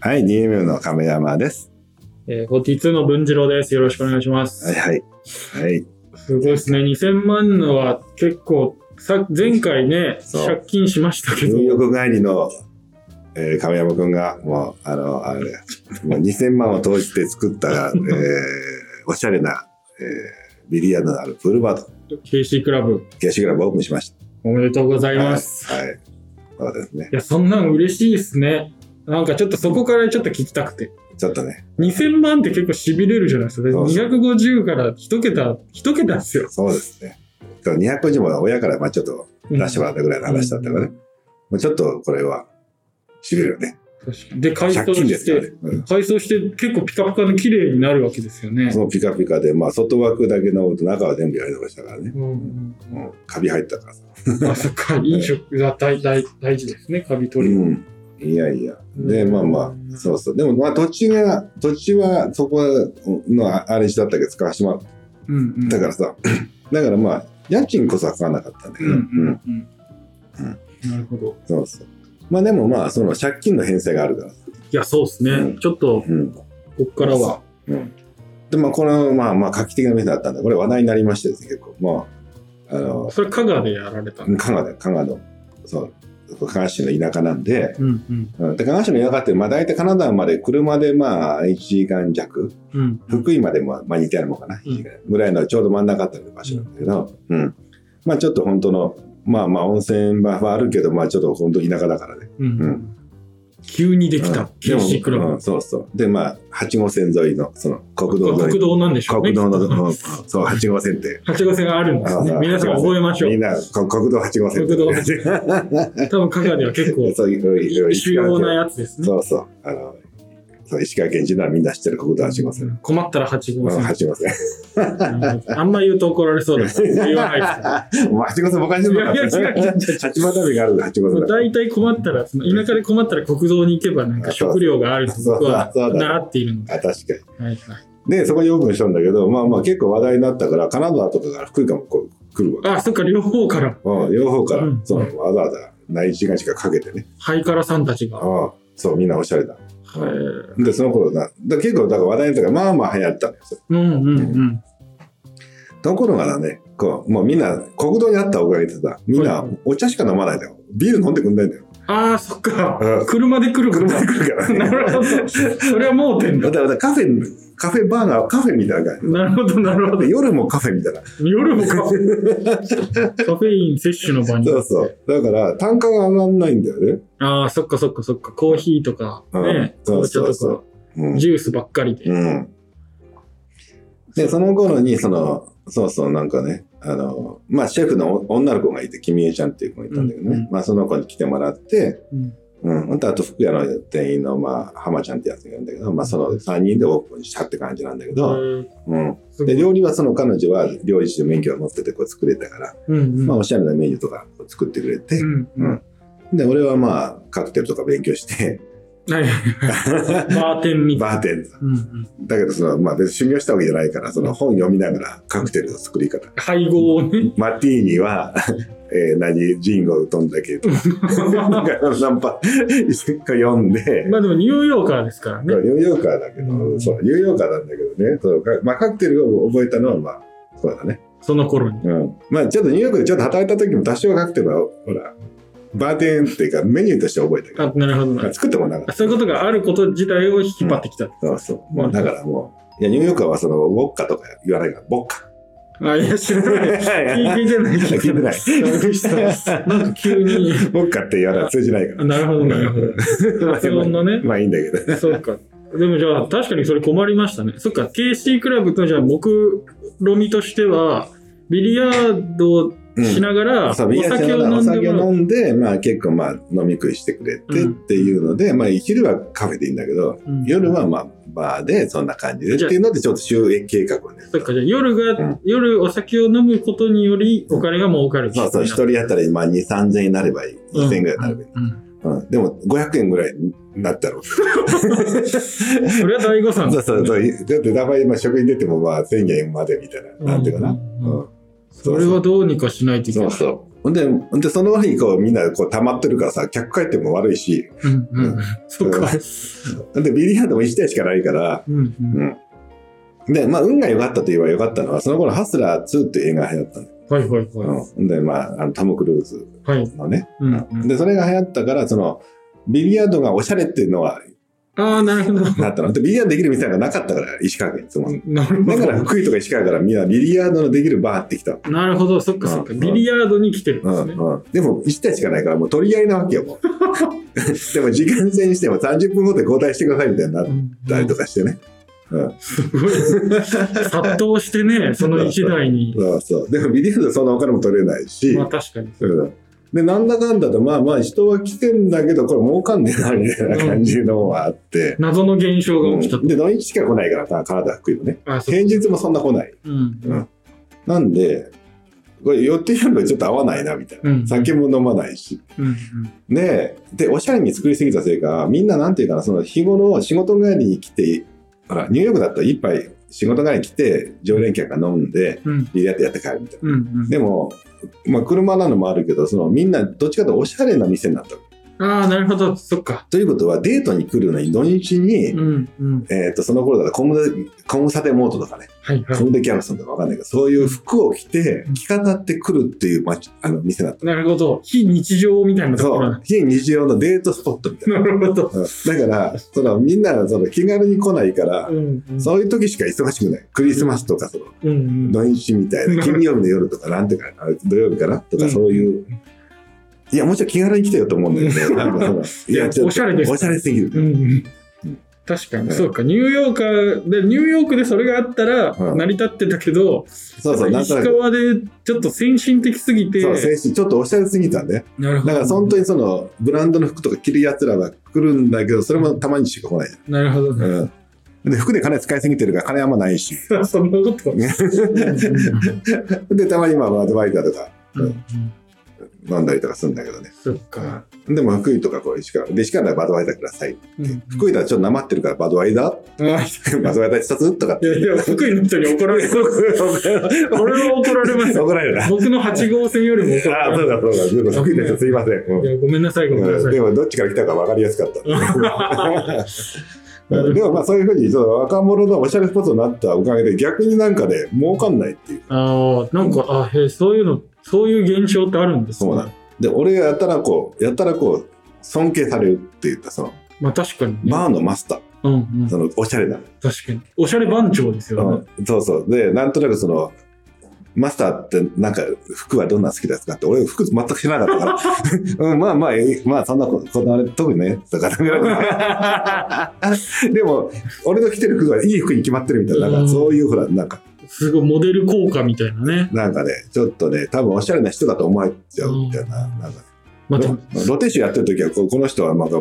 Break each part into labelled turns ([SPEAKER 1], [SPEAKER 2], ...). [SPEAKER 1] はい、2名目の亀山です。
[SPEAKER 2] えー、42の文次郎です。よろしくお願いします。
[SPEAKER 1] はいはい。はい。
[SPEAKER 2] すごいですね。2000万のは結構、さ前回ね、
[SPEAKER 1] そう
[SPEAKER 2] 借金しましたけど
[SPEAKER 1] 入、浴帰りの、えー亀山くんが、もう、あの、あれ、もう2000万を投じて作 った、えーおしゃれな、えービリヤードのあるプールバーと、
[SPEAKER 2] KC クラブ、
[SPEAKER 1] ゲシグラブをオープンしまし
[SPEAKER 2] おめでとうござい
[SPEAKER 1] た。
[SPEAKER 2] ます。
[SPEAKER 1] はい。はいそうですね
[SPEAKER 2] い。や、そんなん嬉しいですね。なんかちょっとそこからちょっと聞きたくて。
[SPEAKER 1] ちょっとね、
[SPEAKER 2] 2000万って結構痺れるじゃないですか。
[SPEAKER 1] そうそ
[SPEAKER 2] 250から一桁、一桁ですよ。
[SPEAKER 1] そうですね。その200時も親から、まあちょっと出してもらったぐらいの話だったからね。もうちょっとこれは、しびれるね。
[SPEAKER 2] 確かにで、改
[SPEAKER 1] 借
[SPEAKER 2] 装
[SPEAKER 1] 金で
[SPEAKER 2] し
[SPEAKER 1] すから
[SPEAKER 2] て、
[SPEAKER 1] ね。うん
[SPEAKER 2] 改装して結構ピカピカの綺麗になるわけですよね。
[SPEAKER 1] そのピカピカで、まあ、外枠だけの中は全部やり直したからね。
[SPEAKER 2] うんうん
[SPEAKER 1] もうカビ入ったからさ。
[SPEAKER 2] うん、あそっか、飲食が大大大事ですね、カビ取り。
[SPEAKER 1] うん。いやいや。で、
[SPEAKER 2] うん
[SPEAKER 1] まあまあ、そうそう。でも、まあ、土地が、土地はそこのああれしだったけど、使わせてもらっ
[SPEAKER 2] うんうん、
[SPEAKER 1] たからさ。だからまあ、家賃こそはかからなかったんだけ
[SPEAKER 2] うん
[SPEAKER 1] ど。
[SPEAKER 2] う
[SPEAKER 1] うん
[SPEAKER 2] んうんなるほど。
[SPEAKER 1] そうそう。まあでもまあ、その借金の返済があるから。
[SPEAKER 2] いや、そうですね、
[SPEAKER 1] うん
[SPEAKER 2] ちょっと、
[SPEAKER 1] うん。
[SPEAKER 2] こっからは。
[SPEAKER 1] うん、で、まあ、この、まあまあ、画期的な店だったんで、これ話題になりましてですね、結構。まあ、あの、
[SPEAKER 2] それ、香川でやられたんで
[SPEAKER 1] 加賀で、加賀の、そう、加賀市の田舎なんで、
[SPEAKER 2] す。うん
[SPEAKER 1] うん、で加賀市の田舎って、まあ、大体金沢まで車でまあ1時間弱
[SPEAKER 2] うん。うん。
[SPEAKER 1] 福井までもまあ似たようなもんかな、
[SPEAKER 2] うん
[SPEAKER 1] 1時間ぐらいのちょうど真ん中あたりの場所なんだけど、うんまあちょっと本当のまあまあ温泉場はあるけどまあちょっと本当田舎だからね。
[SPEAKER 2] うん。
[SPEAKER 1] う
[SPEAKER 2] 急にでき
[SPEAKER 1] う
[SPEAKER 2] た
[SPEAKER 1] ん、でも
[SPEAKER 2] KC クラブ。
[SPEAKER 1] うんそうそう。でまあ8号線沿いのその国道沿
[SPEAKER 2] 国
[SPEAKER 1] い
[SPEAKER 2] 道なんでしょう
[SPEAKER 1] 国
[SPEAKER 2] ね。
[SPEAKER 1] 道の、
[SPEAKER 2] きっと
[SPEAKER 1] うんそう8号線って。
[SPEAKER 2] 八五線があるんですね
[SPEAKER 1] あ。あ
[SPEAKER 2] 皆さん覚えましょ
[SPEAKER 1] みん
[SPEAKER 2] う。
[SPEAKER 1] なこ国道8号線って
[SPEAKER 2] 国道多分香川では結構
[SPEAKER 1] そういう
[SPEAKER 2] 主要なやつですね。
[SPEAKER 1] そうそう。あの、そう石川県人ならみんな知ってる国道8号線。
[SPEAKER 2] 困ったら八
[SPEAKER 1] う
[SPEAKER 2] 五
[SPEAKER 1] ん、
[SPEAKER 2] 線。
[SPEAKER 1] 8号線。
[SPEAKER 2] あんま言うと怒られそうだから言わないですけど。
[SPEAKER 1] もう八号線ばかりしてるのか
[SPEAKER 2] いやいや違う違う違う
[SPEAKER 1] 八幡旅があるんだ、八号
[SPEAKER 2] もう
[SPEAKER 1] 線。
[SPEAKER 2] 大体困ったら、その田舎で困ったら国道に行けばなんか食料があると僕は
[SPEAKER 1] そうだそうだ
[SPEAKER 2] 習っているので。
[SPEAKER 1] あ、確かに。
[SPEAKER 2] はいはい、
[SPEAKER 1] で、そこにオープンしたんだけど、まあまあ結構話題になったから、金沢とかから福井からもこう来るわけ。
[SPEAKER 2] あ、そっか、両方から、
[SPEAKER 1] うん、両方から、
[SPEAKER 2] うん
[SPEAKER 1] そう、わざわざ、内時間しかかけてね。
[SPEAKER 2] ハイカラさんたちが。
[SPEAKER 1] ああ、そう、みんなおしゃれだ。
[SPEAKER 2] えー
[SPEAKER 1] で、その頃な、だ結構、だから話題になったから、まあまあ流行ったのよ。そう
[SPEAKER 2] うんうんうん。
[SPEAKER 1] ところがだね、こう、もうみんな、国道にあったおかげでさ、みんな
[SPEAKER 2] はい
[SPEAKER 1] お茶しか飲まないんだよ。ビール飲んでくんないんだよ。
[SPEAKER 2] ああ、そっか
[SPEAKER 1] うん。
[SPEAKER 2] 車で来る
[SPEAKER 1] 車で
[SPEAKER 2] か
[SPEAKER 1] 来るからね。
[SPEAKER 2] ら。 なるほど。 それは盲点だ
[SPEAKER 1] だ。からカフェ、カフェバーガー、カフェみたいな感じ。
[SPEAKER 2] なるほど、なるほど
[SPEAKER 1] で。夜もカフェみたいな。
[SPEAKER 2] 夜もカフェカフェイン摂取の場に
[SPEAKER 1] そ。うそう。だから、単価が上がんないんだよね。
[SPEAKER 2] ああ、そっかそっかそっか。コーヒーとか、
[SPEAKER 1] う
[SPEAKER 2] ね、
[SPEAKER 1] ん
[SPEAKER 2] 紅茶
[SPEAKER 1] そう
[SPEAKER 2] と
[SPEAKER 1] そう
[SPEAKER 2] か、
[SPEAKER 1] うん。
[SPEAKER 2] ジュースばっかりで。
[SPEAKER 1] うん、で、その頃に、その、そうそう、なんかね、あの、まあ、シェフの女の子がいて、君江ちゃんっていう子がいたんだけどね。
[SPEAKER 2] うんうん
[SPEAKER 1] まあ、その子に来てもらって、
[SPEAKER 2] うん
[SPEAKER 1] うん。ほんとあと、福屋の店員の、まあ、浜ちゃんってやつがいるんだけど、まあ、その3人でオープンしたって感じなんだけ
[SPEAKER 2] え
[SPEAKER 1] ど、
[SPEAKER 2] ー
[SPEAKER 1] うん。
[SPEAKER 2] すご
[SPEAKER 1] で、
[SPEAKER 2] い
[SPEAKER 1] 料理はその彼女は料理師の免許を持ってて、こう作れたから、
[SPEAKER 2] うんうん
[SPEAKER 1] まあ、おしゃれなメニューとかを作ってくれて、
[SPEAKER 2] うんうん
[SPEAKER 1] で、俺はまあ、カクテルとか勉強 して、
[SPEAKER 2] はいバーテンみたい
[SPEAKER 1] バーテンダー
[SPEAKER 2] うんうん
[SPEAKER 1] だけど、その、まあ別に修行したわけじゃないから、その本読みながらカクテルの作り方。
[SPEAKER 2] 配合をね。
[SPEAKER 1] マティーニは、 えー何、ジンゴどんだけとか、なんかナンパ、一回読んで、
[SPEAKER 2] まあでもニューヨーカーですから
[SPEAKER 1] ニ
[SPEAKER 2] ね。
[SPEAKER 1] ューヨーカーだけ
[SPEAKER 2] う
[SPEAKER 1] ど、
[SPEAKER 2] ん
[SPEAKER 1] そう、ニューヨーカーなんだけどね、そうかまあカクテルを覚えたのは、まあ、そうだね。
[SPEAKER 2] その頃に。
[SPEAKER 1] うん。まあちょっとニューヨークでちょっと働いた時も多少カクテルは、ほら、バーテンっていうかメニューとして覚えたけ
[SPEAKER 2] あ
[SPEAKER 1] ど、
[SPEAKER 2] なるほどな
[SPEAKER 1] まあ作ってもなかった。
[SPEAKER 2] そういうことがあること自体を引っ張ってきた。
[SPEAKER 1] そうそう。もうだからもう、いや、ニューヨーカーはその、ウォッカとか言わないから、ボッカ。
[SPEAKER 2] あ、いや、知らない。聞いてない。
[SPEAKER 1] 聞いてない
[SPEAKER 2] びっくりした なんか急に。
[SPEAKER 1] ボッカって言わない通じないか
[SPEAKER 2] あなるほど、なるほど。
[SPEAKER 1] ら。
[SPEAKER 2] 発音のね。
[SPEAKER 1] まあいいんだけど。
[SPEAKER 2] そうか。でもじゃあ、確かにそれ困りましたね。そっか、KC クラブとじゃあ、目論みとしては、ビリヤードをしながら、お
[SPEAKER 1] そうビアち
[SPEAKER 2] 酒
[SPEAKER 1] ゃん
[SPEAKER 2] を
[SPEAKER 1] は
[SPEAKER 2] 飲
[SPEAKER 1] お
[SPEAKER 2] んで
[SPEAKER 1] 酒
[SPEAKER 2] もら
[SPEAKER 1] を
[SPEAKER 2] う。
[SPEAKER 1] 飲んで、まあ結構まあ飲み食いしてくれて
[SPEAKER 2] うん
[SPEAKER 1] っていうので、まあ昼はカフェでいいんだけど、
[SPEAKER 2] うん
[SPEAKER 1] 夜はまあバーでそんな感じでって
[SPEAKER 2] じゃあ
[SPEAKER 1] いうのでちょっと収益計画をね。
[SPEAKER 2] そっか、じゃあ夜が、
[SPEAKER 1] うん
[SPEAKER 2] 夜お酒を飲むことにより、お金が儲かる。
[SPEAKER 1] そうそう、一人当たりまあ2、3000円になればいい。2000円ぐらいになればいい。
[SPEAKER 2] うんうん
[SPEAKER 1] うん。でも500円ぐらいになったろう。
[SPEAKER 2] それは大誤 算
[SPEAKER 1] そ
[SPEAKER 2] で
[SPEAKER 1] う
[SPEAKER 2] す
[SPEAKER 1] そ
[SPEAKER 2] ね
[SPEAKER 1] うそう。だって名前今食に出てもまあ1000円までみたいな、なんていうかな。
[SPEAKER 2] ん
[SPEAKER 1] うん
[SPEAKER 2] それはどうにかしないといけ
[SPEAKER 1] そ。
[SPEAKER 2] ないう
[SPEAKER 1] そう。ほんで、ほんでその輪にこうみんなこう溜まってるからさ、客帰っても悪いし、
[SPEAKER 2] うんう。
[SPEAKER 1] うん
[SPEAKER 2] そっか。
[SPEAKER 1] ほんでビリヤードも1台しかないから、
[SPEAKER 2] うんうん。
[SPEAKER 1] うん。で、まあ運が良かったと言えば良かったのは、その頃ハスラー2っていう映画が流行ったの。
[SPEAKER 2] はいはいは
[SPEAKER 1] うん。ほんで、まあ、あのトム・クルーズ
[SPEAKER 2] い。はい。
[SPEAKER 1] のね。
[SPEAKER 2] うんうん。
[SPEAKER 1] で、それが流行ったから、その、ビリヤードがおしゃれっていうのは
[SPEAKER 2] ああ、なるほど。
[SPEAKER 1] なったの。で、ビリヤードできる店なんかなかったから、石川県いつも。
[SPEAKER 2] なるほ
[SPEAKER 1] だから
[SPEAKER 2] ど。
[SPEAKER 1] 福井とか石川からみんなビリヤードのできるバーってきたの。
[SPEAKER 2] なるほど。そっかそっか。
[SPEAKER 1] うん
[SPEAKER 2] ビリヤードに来てるん
[SPEAKER 1] う
[SPEAKER 2] です
[SPEAKER 1] ん
[SPEAKER 2] ね。
[SPEAKER 1] うん、でも1台しかないからもう取り合いなわけよ もうでも時間制にしても30分後で交代してくださいみたいになっ
[SPEAKER 2] うん
[SPEAKER 1] たりとかしてね、
[SPEAKER 2] すごい。殺到してね、その一台に。
[SPEAKER 1] そうそうでもビリヤードそんなお金も取れないし、
[SPEAKER 2] まあ確かに。
[SPEAKER 1] うん、でなんだかんだとまあまあ人は来てんだけどこれ儲かんねえなみたいな感じのはあって、
[SPEAKER 2] 謎の現象
[SPEAKER 1] う
[SPEAKER 2] が
[SPEAKER 1] ん
[SPEAKER 2] 起きたと。
[SPEAKER 1] で土日しか来ないからさ体福井もね
[SPEAKER 2] あ、そ
[SPEAKER 1] 平日もそんな来ない
[SPEAKER 2] うん。
[SPEAKER 1] なんでこれ予定よりもちょっと合わないなみたいな、
[SPEAKER 2] うん
[SPEAKER 1] 酒も飲まないし
[SPEAKER 2] うんうん。
[SPEAKER 1] で、で、おしゃれに作りすぎたせいか、みんななんていうかな、その日頃仕事帰りに来て、ほら、ニューヨークだったら一杯仕事帰りに来て、常連客が飲んで、
[SPEAKER 2] うん
[SPEAKER 1] ビリヤードやって帰るみたいな。
[SPEAKER 2] うんうん。
[SPEAKER 1] でも、まあ、車なのもあるけど、そのみんなどっちかというとおしゃれな店になった。
[SPEAKER 2] ああ、なるほど。そっか。
[SPEAKER 1] ということは、デートに来るのに土日に、
[SPEAKER 2] うんうん。
[SPEAKER 1] えっ、と、その頃だとコムデ、コムサテモートとかね、
[SPEAKER 2] はいは
[SPEAKER 1] コムデキャルソンとかわかんないけど、そういう服を着て、着飾って来るっていう街、あの、店だった。
[SPEAKER 2] い。なるほど。非日常みたいなとこ
[SPEAKER 1] そ
[SPEAKER 2] ろなん
[SPEAKER 1] う。非日常のデートスポットみたいな。
[SPEAKER 2] なるほど。
[SPEAKER 1] うんだから、そのみんなその気軽に来ないから
[SPEAKER 2] う、んうん。
[SPEAKER 1] そういう時しか忙しくない。クリスマスとか、その、
[SPEAKER 2] うんうん。
[SPEAKER 1] 土日みたいな、金曜日の夜とか、なんていうかな、土曜日かなと
[SPEAKER 2] う
[SPEAKER 1] か、
[SPEAKER 2] ん
[SPEAKER 1] そういう。いや、もちろん気軽に来てよと思うんだけど、なんかその、い
[SPEAKER 2] いや
[SPEAKER 1] や、ちょっと
[SPEAKER 2] おしゃれです
[SPEAKER 1] おしゃれすぎ
[SPEAKER 2] う
[SPEAKER 1] る。
[SPEAKER 2] んうん
[SPEAKER 1] うん
[SPEAKER 2] 確か
[SPEAKER 1] う
[SPEAKER 2] に、
[SPEAKER 1] ん
[SPEAKER 2] そうか、ニューヨーカーで、ニューヨークでそれがあったら
[SPEAKER 1] うん
[SPEAKER 2] 成り立ってたけど、
[SPEAKER 1] そうそう、なん
[SPEAKER 2] 石
[SPEAKER 1] となく。
[SPEAKER 2] 川でちょっと先進的すぎて、
[SPEAKER 1] そう、先週ちょっとおしゃれすぎたね。
[SPEAKER 2] なる
[SPEAKER 1] だから、本当にその、ブランドの服とか着る奴らが来るんだけど、それもたまにしか来ない。
[SPEAKER 2] なるほどね。
[SPEAKER 1] うん。で、服で金使いすぎてるから、金あんまないし。
[SPEAKER 2] そんなこと。うん
[SPEAKER 1] で、たまにまあ、アドバイザーとか
[SPEAKER 2] うんうん
[SPEAKER 1] 飲んだりとかするんだけどね。
[SPEAKER 2] そっか。
[SPEAKER 1] でも福井とかこう石川、で石川ならバドワイザーください。
[SPEAKER 2] うん
[SPEAKER 1] 福井だとちょっとなまってるからバドワイザ
[SPEAKER 2] あ
[SPEAKER 1] ーバドワイザー一冊とかっ
[SPEAKER 2] い
[SPEAKER 1] て。
[SPEAKER 2] やいや、福井の人に怒られる。 これは怒られますよ。
[SPEAKER 1] 怒られるな。あ
[SPEAKER 2] 僕の8号線よりも怒ら
[SPEAKER 1] あ、
[SPEAKER 2] れ
[SPEAKER 1] そう
[SPEAKER 2] る。
[SPEAKER 1] だそうだ。でも福井の人すいません。うん
[SPEAKER 2] いや、ごめんなさい、ごめんな
[SPEAKER 1] う
[SPEAKER 2] さ
[SPEAKER 1] ん
[SPEAKER 2] い
[SPEAKER 1] で。もどっちから来たか分かりやす
[SPEAKER 2] 。
[SPEAKER 1] かった
[SPEAKER 2] なるほど
[SPEAKER 1] でもまあそういうふうにその若者のおしゃれスポットになったおかげで逆になんかね儲かんないっていう。
[SPEAKER 2] ああ、なんか、あへえそういうの、そういう現象ってあるんですね
[SPEAKER 1] そうなので俺がやったらこうやったらこう尊敬されるって言ったその
[SPEAKER 2] まあ確かに、ね。
[SPEAKER 1] バーのマスター、
[SPEAKER 2] うんうん。
[SPEAKER 1] そのおしゃれな
[SPEAKER 2] 確かに。おしゃれ番長ですよね。
[SPEAKER 1] うんそうそう。で、なんとなくその、マスターってなんか服はどんなの好きですかって、俺服全く知らなかったから、 うん、まあまあ、えまあそんなここだわり、特にね、とか、 でも、俺の着てる服はいい服に決まってるみたいな、なん
[SPEAKER 2] うん
[SPEAKER 1] かそういうほら、なんか、
[SPEAKER 2] すごいモデル効果みたいなね。
[SPEAKER 1] なんかね、ちょっとね、多分おしゃれな人だと思えちゃうみたいな、なんか、
[SPEAKER 2] また、
[SPEAKER 1] ロロテ集やってる時はこ、この人はなんか、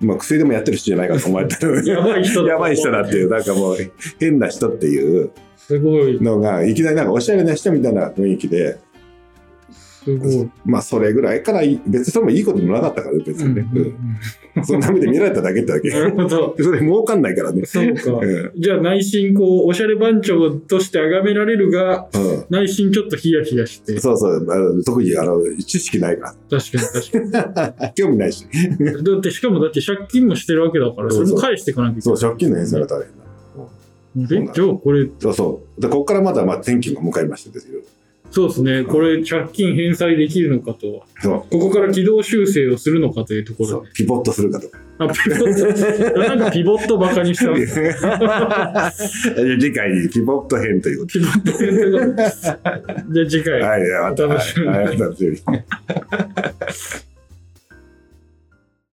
[SPEAKER 1] まあ薬でもやってる人じゃないかと思えた
[SPEAKER 2] やばい人だ
[SPEAKER 1] やばい人だっていう、なんかもう、変な人っていう。
[SPEAKER 2] すごい、
[SPEAKER 1] のがいきなりなんかおしゃれな人みたいな雰囲気で、
[SPEAKER 2] すごい。
[SPEAKER 1] まあそれぐらいからいい別にそれもいいこともなかったからね別
[SPEAKER 2] うん
[SPEAKER 1] にね、うんそんな目で見られただけってだけ
[SPEAKER 2] なるほど。
[SPEAKER 1] それ儲かんないからね
[SPEAKER 2] そうか。
[SPEAKER 1] うん
[SPEAKER 2] じゃあ内心こう、おしゃれ番長として崇められるが、
[SPEAKER 1] うん
[SPEAKER 2] 内心ちょっとヒヤヒヤして。確
[SPEAKER 1] そうそうあの特にあの知識ないか
[SPEAKER 2] かに確から
[SPEAKER 1] 興味ないし
[SPEAKER 2] に。だってしかもだって借金もしてるわけだから、そ
[SPEAKER 1] そうそう
[SPEAKER 2] れも返していかなきゃいけ
[SPEAKER 1] そ
[SPEAKER 2] な
[SPEAKER 1] う借金の返済が大変だそう
[SPEAKER 2] い。
[SPEAKER 1] な
[SPEAKER 2] え
[SPEAKER 1] ん
[SPEAKER 2] じゃあこれ、
[SPEAKER 1] そうそうでここからまたまあ転機が向かいましたですよ
[SPEAKER 2] そうですね。これ借金返済できるのかと。
[SPEAKER 1] そう
[SPEAKER 2] ここから軌道修正をするのかというとこ
[SPEAKER 1] そ
[SPEAKER 2] ろ
[SPEAKER 1] う。ピボットするかと か
[SPEAKER 2] あ、ピボット。なんかピボットバカにしたんだ
[SPEAKER 1] 次回にピボット編というこ
[SPEAKER 2] ピボット編 ということでじゃあ次
[SPEAKER 1] と
[SPEAKER 2] 回。
[SPEAKER 1] はい、はい、また
[SPEAKER 2] お楽しみに
[SPEAKER 1] はいはいお楽しみに